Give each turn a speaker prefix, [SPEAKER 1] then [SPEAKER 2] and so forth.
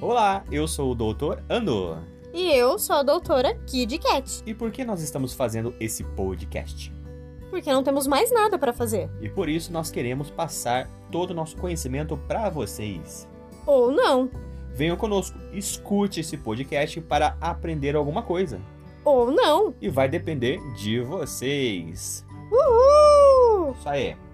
[SPEAKER 1] Olá, eu sou o Doutor Ando.
[SPEAKER 2] E eu sou a doutora Kid Cat,
[SPEAKER 1] E por que nós estamos fazendo esse podcast?
[SPEAKER 2] porque não temos mais nada pra fazer.
[SPEAKER 1] E por isso nós queremos passar todo o nosso conhecimento para vocês.
[SPEAKER 2] Ou não,
[SPEAKER 1] Venham conosco, escute esse podcast para aprender alguma coisa.
[SPEAKER 2] ou não.
[SPEAKER 1] E vai depender de vocês.
[SPEAKER 2] Uhul!
[SPEAKER 1] Isso aí.